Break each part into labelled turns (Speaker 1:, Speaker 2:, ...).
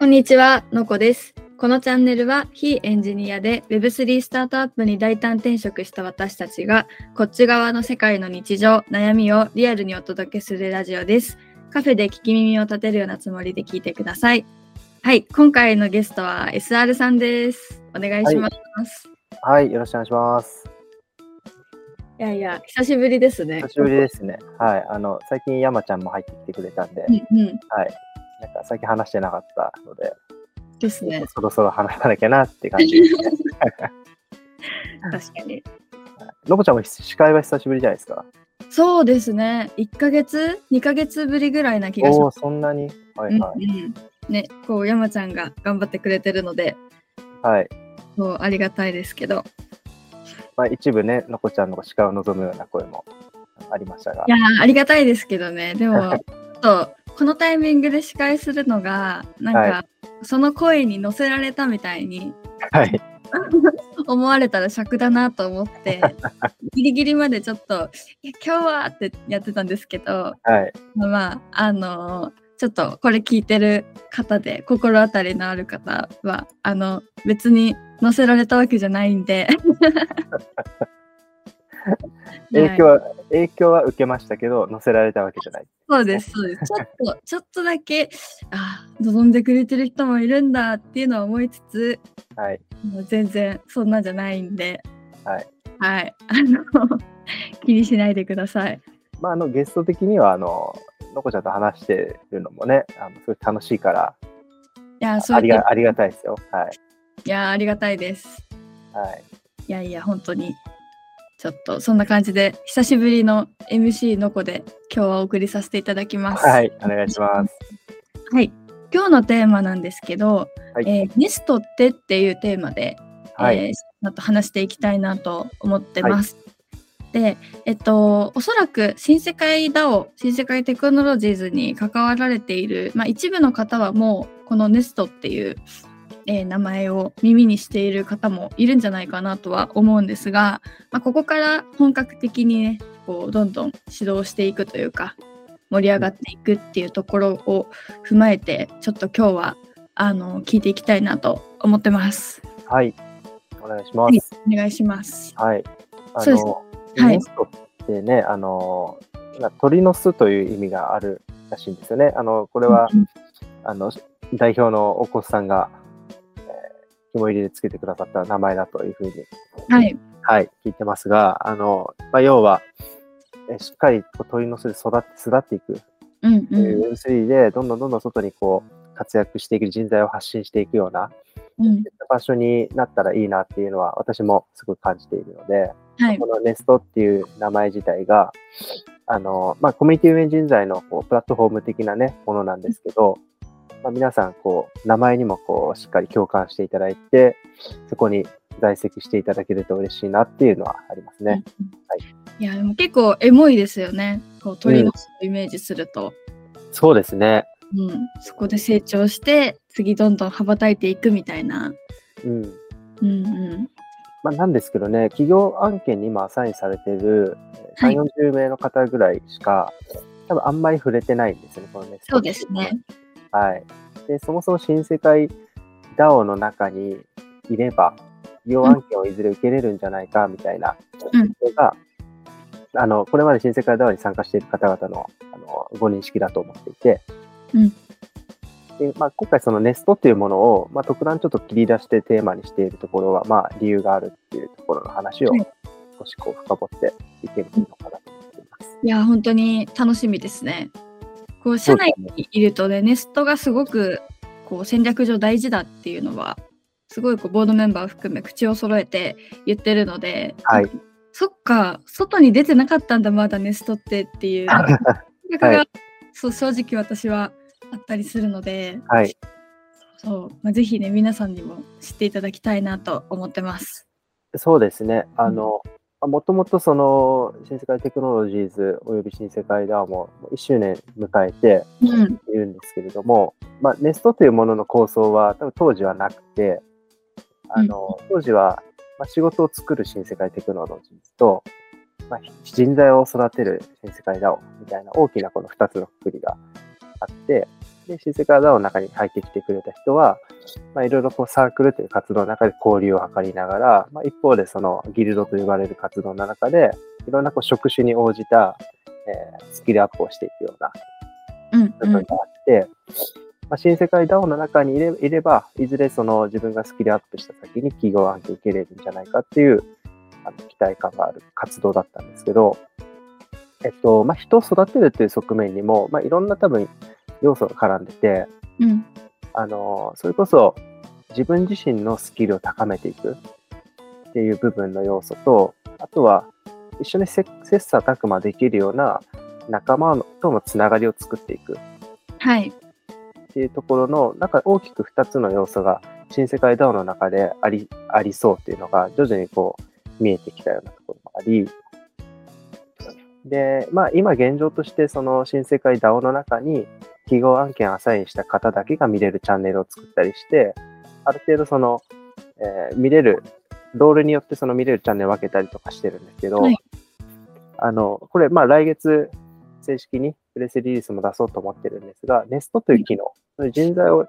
Speaker 1: こんにちは、のこです。このチャンネルは非エンジニアで Web3 スタートアップに大胆転職した私たちがこっち側の世界の日常、悩みをリアルにお届けするラジオです。カフェで聞き耳を立てるようなつもりで聞いてください。はい、今回のゲストは SR さんです。お願いします。
Speaker 2: はい、よろしくお願いします。
Speaker 1: い、やいや、久しぶりですね
Speaker 2: 久。しぶりですね。はい、あの、最近山ちゃんも入ってきてくれたんで、
Speaker 1: うんうん、
Speaker 2: なんか最近話してなかったので、
Speaker 1: ですね。
Speaker 2: そろそろ話さなきゃなって感じですね。
Speaker 1: 確かに。
Speaker 2: のこちゃんも司会は久しぶりじゃないですか。
Speaker 1: そうですね。1ヶ月 ?2 ヶ月ぶりぐらいな気がし
Speaker 2: お
Speaker 1: ま
Speaker 2: おー、
Speaker 1: す。
Speaker 2: そんなにはいは
Speaker 1: う
Speaker 2: い。
Speaker 1: んうんね、こう山ちゃんが頑張ってくれてるので
Speaker 2: はい。
Speaker 1: こうありがたいですけ ど
Speaker 2: まあ、一部ね、のこちゃんの司会を望むような声もありましたが
Speaker 1: い、やーありがたいですけどねで もちょっとこのタイミングで司会するのがなんか、
Speaker 2: は
Speaker 1: その声に乗せられたみたいに
Speaker 2: はい。
Speaker 1: 思われたら尺だなと思って ギリギリまでちょっと「いや今日は」ってやってたんですけど
Speaker 2: はい。
Speaker 1: まあまああのーちょっとこれ聞いてる方で心当たりのある方はあの別に載せられたわけじゃないんで
Speaker 2: 影響
Speaker 1: はい
Speaker 2: は、影響は受けましたけど、載せられたわけじゃない。
Speaker 1: そうですそうですちょっとちょっとだけあー望んでくれてる人もいるんだっていうのは思いつつ
Speaker 2: はい。
Speaker 1: もう全然そんなんじゃないんで
Speaker 2: はい、
Speaker 1: はい、あの 気にしないでください。
Speaker 2: まあ、あの、ゲスト的には、あの、のこちゃんと話してるのもね、あのすごい楽しいから、
Speaker 1: いやーそう
Speaker 2: あ
Speaker 1: い
Speaker 2: り
Speaker 1: う
Speaker 2: がありがたいですよ。はい。
Speaker 1: いやーありがたいです。
Speaker 2: はい。
Speaker 1: いやいや、本当に。ちょっとそんな感じで、久しぶりの MC の子で今日はお送りさせていただきます。
Speaker 2: はい、お願いします。
Speaker 1: はい。今日のテーマなんですけど、
Speaker 2: はい
Speaker 1: えーネストってっていうテーマで、
Speaker 2: はい、
Speaker 1: えーちょっと話していきたいなと思ってます。で、えっと、おそらく新世界 DAO、新世界テクノロジーズに関わられている、まあ、一部の方はもう、このネストっていう、えー名前を耳にしている方もいるんじゃないかなとは思うんですが、まあ、ここから本格的にね、こうどんどん指導していくというか、盛り上がっていくっていうところを踏まえて、ちょっと今日はあの聞いていきたいなと思ってます。
Speaker 2: はい、お願いします。
Speaker 1: お願いします。
Speaker 2: はい、あ
Speaker 1: そうです
Speaker 2: の、
Speaker 1: はい
Speaker 2: ネストってね、あの、まあ鳥の巣という意味があるらしいんですよね。あの、これは、
Speaker 1: うん
Speaker 2: あの、代表のお子さんが、えー肝入りでつけてくださった名前だというふうに、
Speaker 1: はい、
Speaker 2: はい、聞いてますが、あの、まあ、要は、えーしっかりこう鳥の巣で育って、巣立っていく
Speaker 1: うんう
Speaker 2: とい
Speaker 1: ん
Speaker 2: う Web3 で、どんどんどんどん外にこう、活躍していく人材を発信していくような、
Speaker 1: うん、
Speaker 2: 場所になったらいいなっていうのは私もすごく感じているので、
Speaker 1: はい
Speaker 2: こ、のネストっていう名前自体があの、まあ、コミュニティ運営人材のこうプラットフォーム的な、ね、ものなんですけど、まあ、皆さんこう名前にもこうしっかり共感していただいてそこに在籍していただけると嬉しいなっていうのはありますね。
Speaker 1: うん
Speaker 2: はい
Speaker 1: いや、でも結構エモいですよね。こう鳥の巣をイメージすると、
Speaker 2: そうですね、
Speaker 1: うん、そこで成長して、次どんどん羽ばたいていくみたいな。
Speaker 2: うん
Speaker 1: うんうん、
Speaker 2: まあ、なんですけどね、企業案件に今アサインされてるえー
Speaker 1: はい
Speaker 2: 3、40名の方ぐらいしか、多分あんまり触れてないんですよね、このネス
Speaker 1: そ
Speaker 2: ト
Speaker 1: う
Speaker 2: ってい
Speaker 1: です
Speaker 2: のは
Speaker 1: ね。。
Speaker 2: はい。で、そもそも新世界 DAO の中にいれば、企業案件をいずれ受けれるんじゃないか、みたいな、
Speaker 1: うん
Speaker 2: それが、あの、これまで新世界 DAO に参加している方々のあのご認識だと思っていて、
Speaker 1: うん
Speaker 2: でまあ、今回そのネストっていうものを、まあ、特段ちょっと切り出してテーマにしているところは、まあ、理由があるっていうところの話を
Speaker 1: はい
Speaker 2: 少しこう深掘っていけるのかなと思っています。
Speaker 1: いや、本当に楽しみですね。こう社内にいるとね、ネストがすごくこう戦略上大事だっていうのは、すごいこうボードメンバーを含め口を揃えて言ってるので、
Speaker 2: はい
Speaker 1: そっか、外に出てなかったんだ、まだネストってって いう、感覚が、
Speaker 2: は
Speaker 1: そう正直私はあったりするので、
Speaker 2: はい、
Speaker 1: そうまあ、ぜひね、皆さんにも知っていただきたいなと思ってます。
Speaker 2: そうですね。あの、もともとその、新世界テクノロジーズおよび新世界ダーも1周年迎えて
Speaker 1: うん、
Speaker 2: いるんですけれども、まあ、ネストというものの構想は多分当時はなくて、あの、当時は、まあ、仕事を作る新世界テクノロジーズと、まあ、人材を育てる新世界ダオみたいな大きなこの2つのくくりがあって、で、新世界ダオの中に入ってきてくれた人は、まあ、いろいろこうサークルという活動の中で交流を図りながら、まあ、一方でそのギルドと呼ばれる活動の中で、いろんなこう職種に応じた、えースキルアップをしていくような
Speaker 1: うん
Speaker 2: 部
Speaker 1: うん
Speaker 2: 分があって、まあ、新世界 DAO の中にいれいれば、いずれその自分がスキルアップした先に企業案件受けれるんじゃないかっていうあの期待感がある活動だったんですけど、えっとまあ、人を育てるという側面にも、まあ、いろんな多分要素が絡んでて、
Speaker 1: うん
Speaker 2: あのそれこそ自分自身のスキルを高めていくっていう部分の要素とあとは一緒にせ切磋琢磨できるような仲間のとのつながりを作っていく
Speaker 1: はい
Speaker 2: っていうところのなんか大きく2つの要素が新世界 DAO の中でありありそうっていうのが徐々にこう見えてきたようなところもありでまあ今現状としてその新世界 DAO の中に企業案件アサインした方だけが見れるチャンネルを作ったりしてある程度その、えー見れるロールによってその見れるチャンネルを分けたりとかしてるんですけど、
Speaker 1: はい
Speaker 2: あのこれまあ来月正式にプレスリリースも出そうと思ってるんですが、ネストという機能、人材を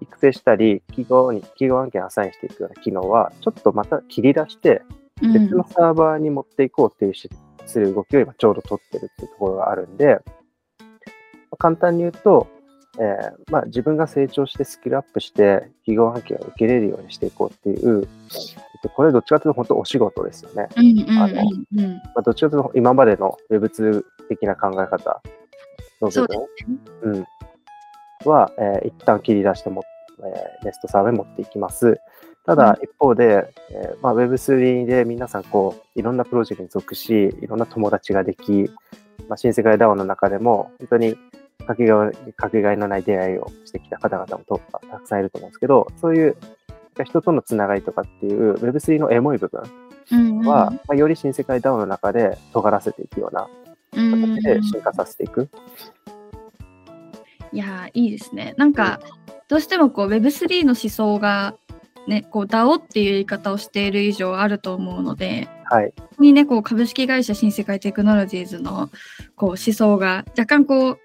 Speaker 2: 育成したり、企業に企業案件アサインしていくような機能は、ちょっとまた切り出して、
Speaker 1: う
Speaker 2: 別
Speaker 1: ん
Speaker 2: のサーバーに持っていこうっていうし、する動きを今ちょうど取ってるっていうところがあるんで、簡単に言うと、えーまあ、自分が成長してスキルアップして企業案件を受けれるようにしていこうっていう、えっとこれどっちかというと本当お仕事ですよね。
Speaker 1: うんうん
Speaker 2: あの
Speaker 1: うんうん
Speaker 2: まあ、どっちかというと今までの Web2 的な考え方の
Speaker 1: そ
Speaker 2: 部
Speaker 1: うです
Speaker 2: 分
Speaker 1: ね
Speaker 2: うん、は、えー一旦切り出しても、えーネストサーバーに持っていきます。ただ、一方で、えーまあ、Web3 で皆さんこう、いろんなプロジェクトに属し、いろんな友達ができ、まあ、新世界 DAO の中でも、本当にかけがえかけがえのない出会いをしてきた方々もとたくさんいると思うんですけど、そういう人とのつながりとかっていう Web3 のエモい部分は、
Speaker 1: うんうん
Speaker 2: まあ、より新世界 DAO の中で尖らせていくような
Speaker 1: うんうんうん
Speaker 2: 形で進化させていく。
Speaker 1: いやーいいですね。なんか、どうしてもこう Web3 の思想が、ね、こう DAO っていう言い方をしている以上あると思うので、
Speaker 2: はい。
Speaker 1: ここにね、こう株式会社新世界テクノロジーズのこう思想が若干こう、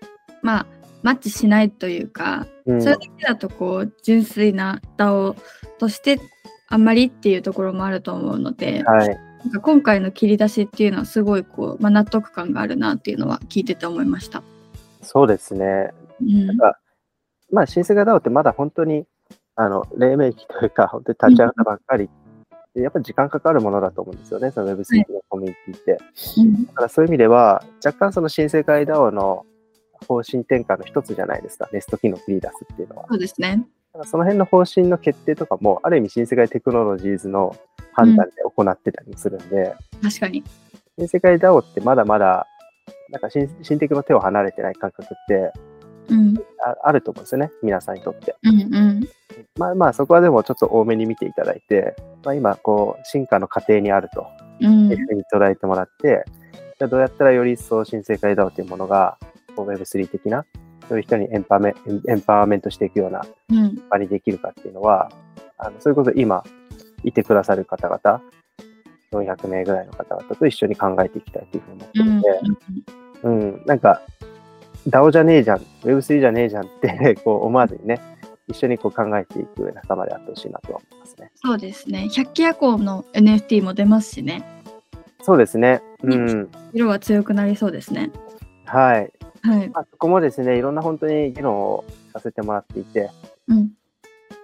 Speaker 1: まあ、マッチしないというか、
Speaker 2: うん
Speaker 1: それだけだとこう純粋な DAO としてあんまりっていうところもあると思うので、
Speaker 2: はい
Speaker 1: なんか今回の切り出しっていうのはすごいこう、まあ、納得感があるなっていうのは聞いてて思いました。
Speaker 2: そうですね。
Speaker 1: うん
Speaker 2: なんか、まあ、新世界 DAO ってまだ本当に、あの、黎明期というか、本当に立ち上がったばっかり、でやっぱり時間かかるものだと思うんですよね、その Web3 のコミュニティって。
Speaker 1: うん
Speaker 2: だからそういう意味では、若干その新世界 DAO の方針転換の一つじゃないですか、ネスト機能切り出すっていうのは。
Speaker 1: そうですね。
Speaker 2: だからその辺の方針の決定とかも、ある意味新世界テクノロジーズの判断で行ってたりもするんで、
Speaker 1: 確かに。
Speaker 2: 新世界 DAO ってまだまだ、なんか新新テクの手を離れてない感覚って
Speaker 1: うん。
Speaker 2: ああると思うんですよね、皆さんにとって。
Speaker 1: うんうん。
Speaker 2: まあまあそこはでもちょっと多めに見ていただいて、まあ、今こう進化の過程にあると
Speaker 1: うん
Speaker 2: いうふうに捉えてもらって、じゃあどうやったらより一層新生界 DAO というものがこう Web3 的なそういう人にエンパメエンエンパワーメントしていくような
Speaker 1: うん
Speaker 2: 場にできるかっていうのはあのそれこそ今いてくださる方々400名ぐらいの方々と一緒に考えていきたいというふうに思って
Speaker 1: う
Speaker 2: るの
Speaker 1: ん
Speaker 2: で、うん、なんか DAO じゃねえじゃん、Web3 じゃねえじゃんって こう思わずにね、一緒にこう考えていく仲間であってほしいなとは思いますね。
Speaker 1: そうですね。百鬼夜行の NFT も出ますしね。
Speaker 2: そうですね。うん。
Speaker 1: 色は強くなりそうですね。
Speaker 2: はい。
Speaker 1: はい。
Speaker 2: まあ、そこもですね、いろんな本当に議論をさせてもらっていて、
Speaker 1: うん。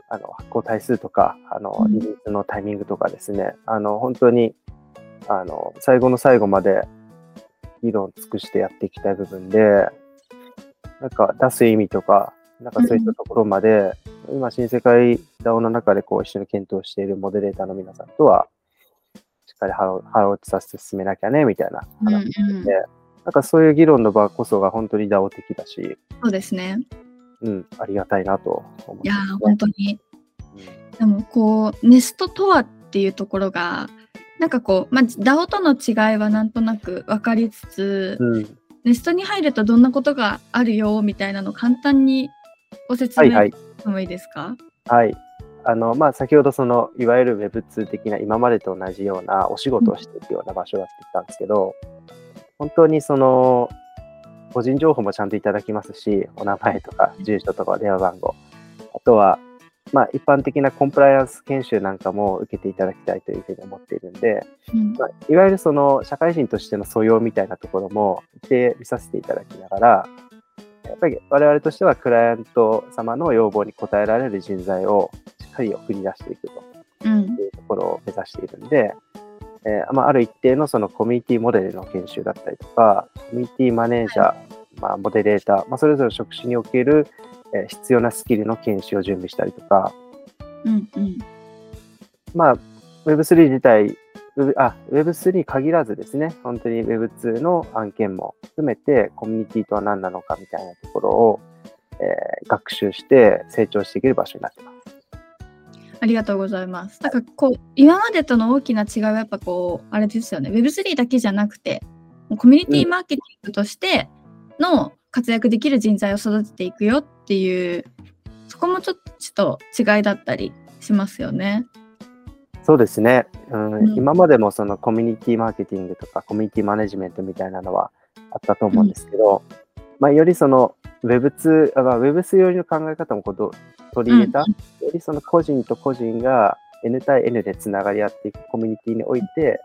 Speaker 2: あの発行体数とか、あの
Speaker 1: うん
Speaker 2: リリースのタイミングとかですね、あの本当にあの最後の最後まで議論を尽くしてやっていきたい部分で、なんか出す意味とか、なんかそういったところまで、今、新世界 DAO の中でこう一緒に検討しているモデレーターの皆さんとは、しっかり腹腹落ちさせて進めなきゃねみたいな
Speaker 1: うんう
Speaker 2: 話、
Speaker 1: ん。
Speaker 2: でなんかそういう議論の場こそが本当に DAO 的だし、
Speaker 1: そうですね。
Speaker 2: うん、ありがたいなと思っ
Speaker 1: い
Speaker 2: て
Speaker 1: や
Speaker 2: ます
Speaker 1: ー、
Speaker 2: ね
Speaker 1: 本当に。でも、こう、ネストとはっていうところが、なんかこう、まあ、DAO との違いはなんとなく分かりつつ、
Speaker 2: うんうん
Speaker 1: ネストに入るとどんなことがあるよみたいなのを簡単にご説
Speaker 2: はいは
Speaker 1: 明
Speaker 2: い
Speaker 1: してもいいですか、
Speaker 2: はい。あの、まあ、先ほどその、いわゆる Web2 的な今までと同じようなお仕事をしていくような場所だって言ったんですけど、本当にその、個人情報もちゃんといただきますし、お名前とか住所とか電話番号、あとは、まあ、一般的なコンプライアンス研修なんかも受けていただきたいというふうに思っているんで、
Speaker 1: うん
Speaker 2: まあ、いわゆるその社会人としての素養みたいなところも一定見させていただきながら、やっぱり我々としてはクライアント様の要望に応えられる人材をしっかり送り出していくと
Speaker 1: うん
Speaker 2: いうところを目指しているんで、えーまあ、ある一定のそのコミュニティモデルの研修だったりとか、コミュニティマネージャー、まあ、モデレーター、まあ、それぞれの職種における、えー必要なスキルの研修を準備したりとか、
Speaker 1: うんうん
Speaker 2: まあ、Web3 自体、Web- あ Web3 限らずですね、本当に Web2 の案件も含めて、コミュニティとは何なのかみたいなところを、えー学習して成長していける場所になってます。
Speaker 1: ありがとうございます。なんかこう今までとの大きな違いはやっぱこうあれですよね Web3 だけじゃなくてもうコミュニティマーケティングとしての活躍できる人材を育てていくよっていうそこもちょっとちょっと違いだったりしますよね。
Speaker 2: そうですね、うん
Speaker 1: うん
Speaker 2: 今までもそのコミュニティマーケティングとかコミュニティマネジメントみたいなのはあったと思うんですけど、まあ、よりその Web2、あまあ Web3 よりの考え方もこうど取り入れた、
Speaker 1: うん
Speaker 2: よりその個人と個人が N 対 N でつながり合っていくコミュニティにおいて、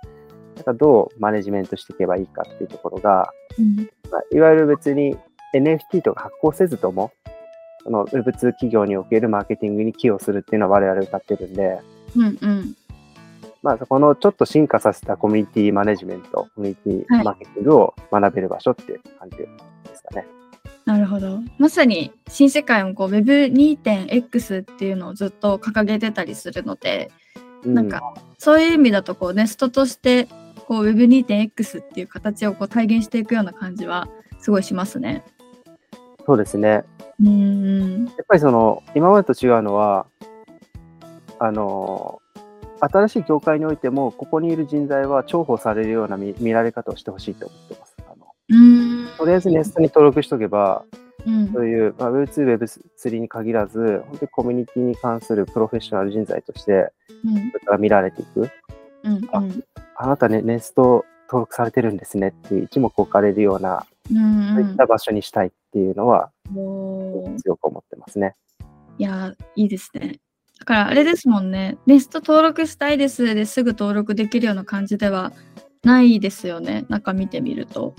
Speaker 2: なんかどうマネジメントしていけばいいかっていうところが、
Speaker 1: うん
Speaker 2: まあ、いわゆる別に NFT とか発行せずとも、その Web2 企業におけるマーケティングに寄与するっていうのは我々歌ってるんで、
Speaker 1: うんうん
Speaker 2: まあ、そこのちょっと進化させたコミュニティマネジメント、コミュニテ
Speaker 1: はい
Speaker 2: ィマーケティングを学べる場所っていう感じですかね。
Speaker 1: なるほどまさに新世界もこう Web2.x っていうのをずっと掲げてたりするので
Speaker 2: う
Speaker 1: なんかそういう意味だとこうネストとしてこう Web2.x っていう形をこう体現していくような感じはすごいしますね。
Speaker 2: そうですね。や
Speaker 1: うーん
Speaker 2: っぱりその、今までと違うのは、あの、新しい業界においても、ここにいる人材は重宝されるような見見られ方をしてほしいと思ってます。あの
Speaker 1: うーん
Speaker 2: とりあえずネストに登録しとけば、
Speaker 1: うん
Speaker 2: そういう、まあ、Web2、Web3 に限らず、本当にコミュニティに関するプロフェッショナル人材として、
Speaker 1: うん
Speaker 2: これから見られていく。
Speaker 1: うん
Speaker 2: ああなたね、ネスト登録されてるんですねっていう一目置かれるような、
Speaker 1: うんうん
Speaker 2: そういった場所にしたいっていうのは
Speaker 1: もう
Speaker 2: 強く思ってますね。
Speaker 1: いやいいですね。だからあれですもんねネスト登録したいですですぐ登録できるような感じではないですよね中見てみると。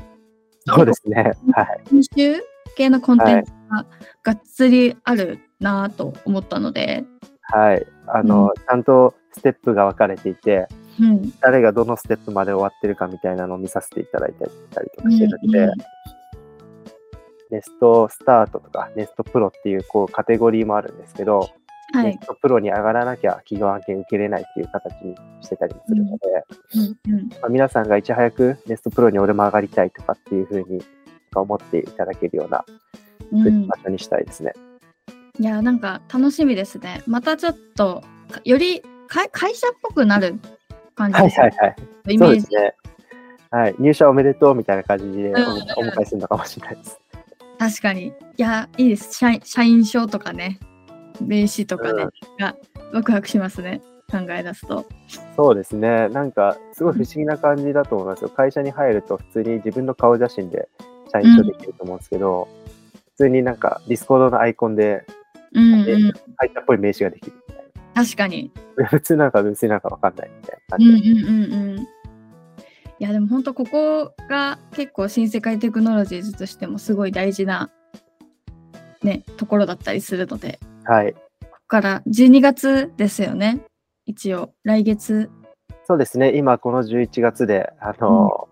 Speaker 2: そうですね。 はい。
Speaker 1: 研修系のコンテンツががっつりあるなぁと思ったので、
Speaker 2: はい。あの、ちゃんとステップが分かれていて、
Speaker 1: うん、
Speaker 2: 誰がどのステップまで終わってるかみたいなのを見させていただいたりとかしてるんで、
Speaker 1: うんうん
Speaker 2: ネストスタートとか、ネストプロっていうこうカテゴリーもあるんですけど、
Speaker 1: は
Speaker 2: ネ
Speaker 1: い、
Speaker 2: ストプロに上がらなきゃ企業案件受けれないっていう形にしてたりもするので、
Speaker 1: うんうん、
Speaker 2: まあ、皆さんがいち早くネストプロに俺も上がりたいとかっていうふうに思っていただけるような
Speaker 1: う
Speaker 2: 場
Speaker 1: ん、
Speaker 2: 所にしたいですね。
Speaker 1: いやなんか楽しみですね。またちょっとかより会会社っぽくなる感じ
Speaker 2: はい
Speaker 1: です、
Speaker 2: はいはい。
Speaker 1: イメ
Speaker 2: そ
Speaker 1: ー
Speaker 2: うで
Speaker 1: ジ
Speaker 2: すね。はい、入社おめでとうみたいな感じでお
Speaker 1: うん
Speaker 2: お迎えするのかもしれないです。
Speaker 1: 確かにいやいいです社員社員証とかね名刺とかね、
Speaker 2: うん
Speaker 1: がワクワクしますね考え出すと。
Speaker 2: そうですね。なんかすごい不思議な感じだと思いますよ。会社に入ると普通に自分の顔写真で社員証できると思うんですけど、普通になんかディスコードのアイコンで
Speaker 1: うんうん、
Speaker 2: 会社っぽい名刺ができる みたい
Speaker 1: 確かに。
Speaker 2: な。普通なんか別になんかわかんないみたいな
Speaker 1: う
Speaker 2: 感
Speaker 1: ん
Speaker 2: じ
Speaker 1: う
Speaker 2: で
Speaker 1: んうんうん。いやでも本当ここが結構新世界テクノロジーズとしてもすごい大事なねところだったりするので
Speaker 2: はい。
Speaker 1: ここから12月ですよね一応来月
Speaker 2: そうですね、今この11月で、あの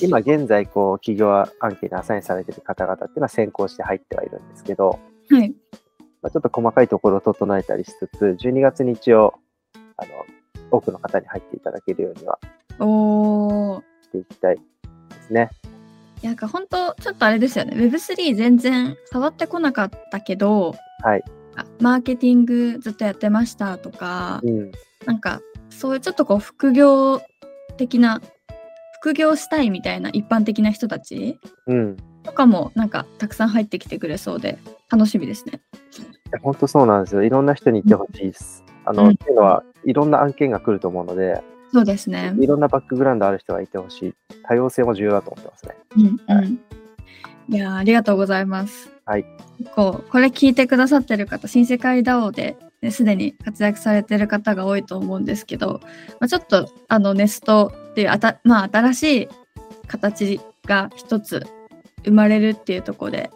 Speaker 2: 今現在こう、企業案件にアサインされている方々っていうのは先行して入ってはいるんですけど、
Speaker 1: はい
Speaker 2: まあ、ちょっと細かいところを整えたりしつつ、12月に一応あの、多くの方に入っていただけるようには
Speaker 1: おー
Speaker 2: していきたいですね。
Speaker 1: いやなんか本当ちょっとあれですよね Web3 全然触ってこなかったけど
Speaker 2: はい。
Speaker 1: あマーケティングずっとやってましたとか
Speaker 2: うん、
Speaker 1: なんかそういうちょっとこう副業的な副業したいみたいな一般的な人たち
Speaker 2: うん。い
Speaker 1: とかもなんかたくさん入ってきてくれそうで楽しみですね。
Speaker 2: や本当そうなんですよ。いろんな人に行ってほしいです。あの、
Speaker 1: うん
Speaker 2: っていうのは、いろんな案件が来ると思うので、
Speaker 1: そうですね。
Speaker 2: いろんなバックグラウンドある人がいてほしい。多様性も重要だと思ってますね。
Speaker 1: うんう
Speaker 2: は
Speaker 1: ん。いやーありがとうございます。
Speaker 2: はい。
Speaker 1: こうこれ聞いてくださってる方、新世界 DAO で、ね、すでに活躍されてる方が多いと思うんですけど、まあ、ちょっとあのネストっていうあた、まあ、新しい形が一つ生まれるっていうところで、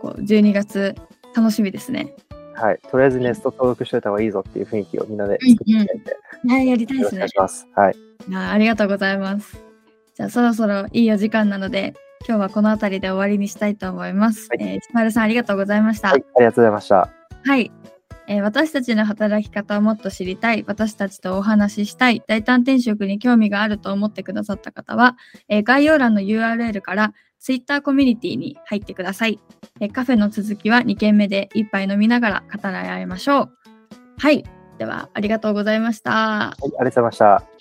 Speaker 1: こう12月楽しみですね。
Speaker 2: はい。とりあえずネスト登録しておいた方がいいぞっていう雰囲気をみんなで作っていただいて、
Speaker 1: はい、やりたい
Speaker 2: よ
Speaker 1: で
Speaker 2: ろしく
Speaker 1: す
Speaker 2: お
Speaker 1: ね
Speaker 2: 願い。します。はい。
Speaker 1: あありがとうございます。じゃあそろそろいいお時間なので、今日はこの辺りで終わりにしたいと思います。
Speaker 2: はい
Speaker 1: えー、石丸さんありがとうございました。
Speaker 2: はい。ありがとうございました。
Speaker 1: はい、えー私たちの働き方をもっと知りたい、私たちとお話ししたい、大胆転職に興味があると思ってくださった方は、えー概要欄の URL から Twitter コミュニティに入ってください。えーカフェの続きは2軒目で一杯飲みながら語らい合いましょう。はい、ではありがとうございました。
Speaker 2: はい、ありがとうございました。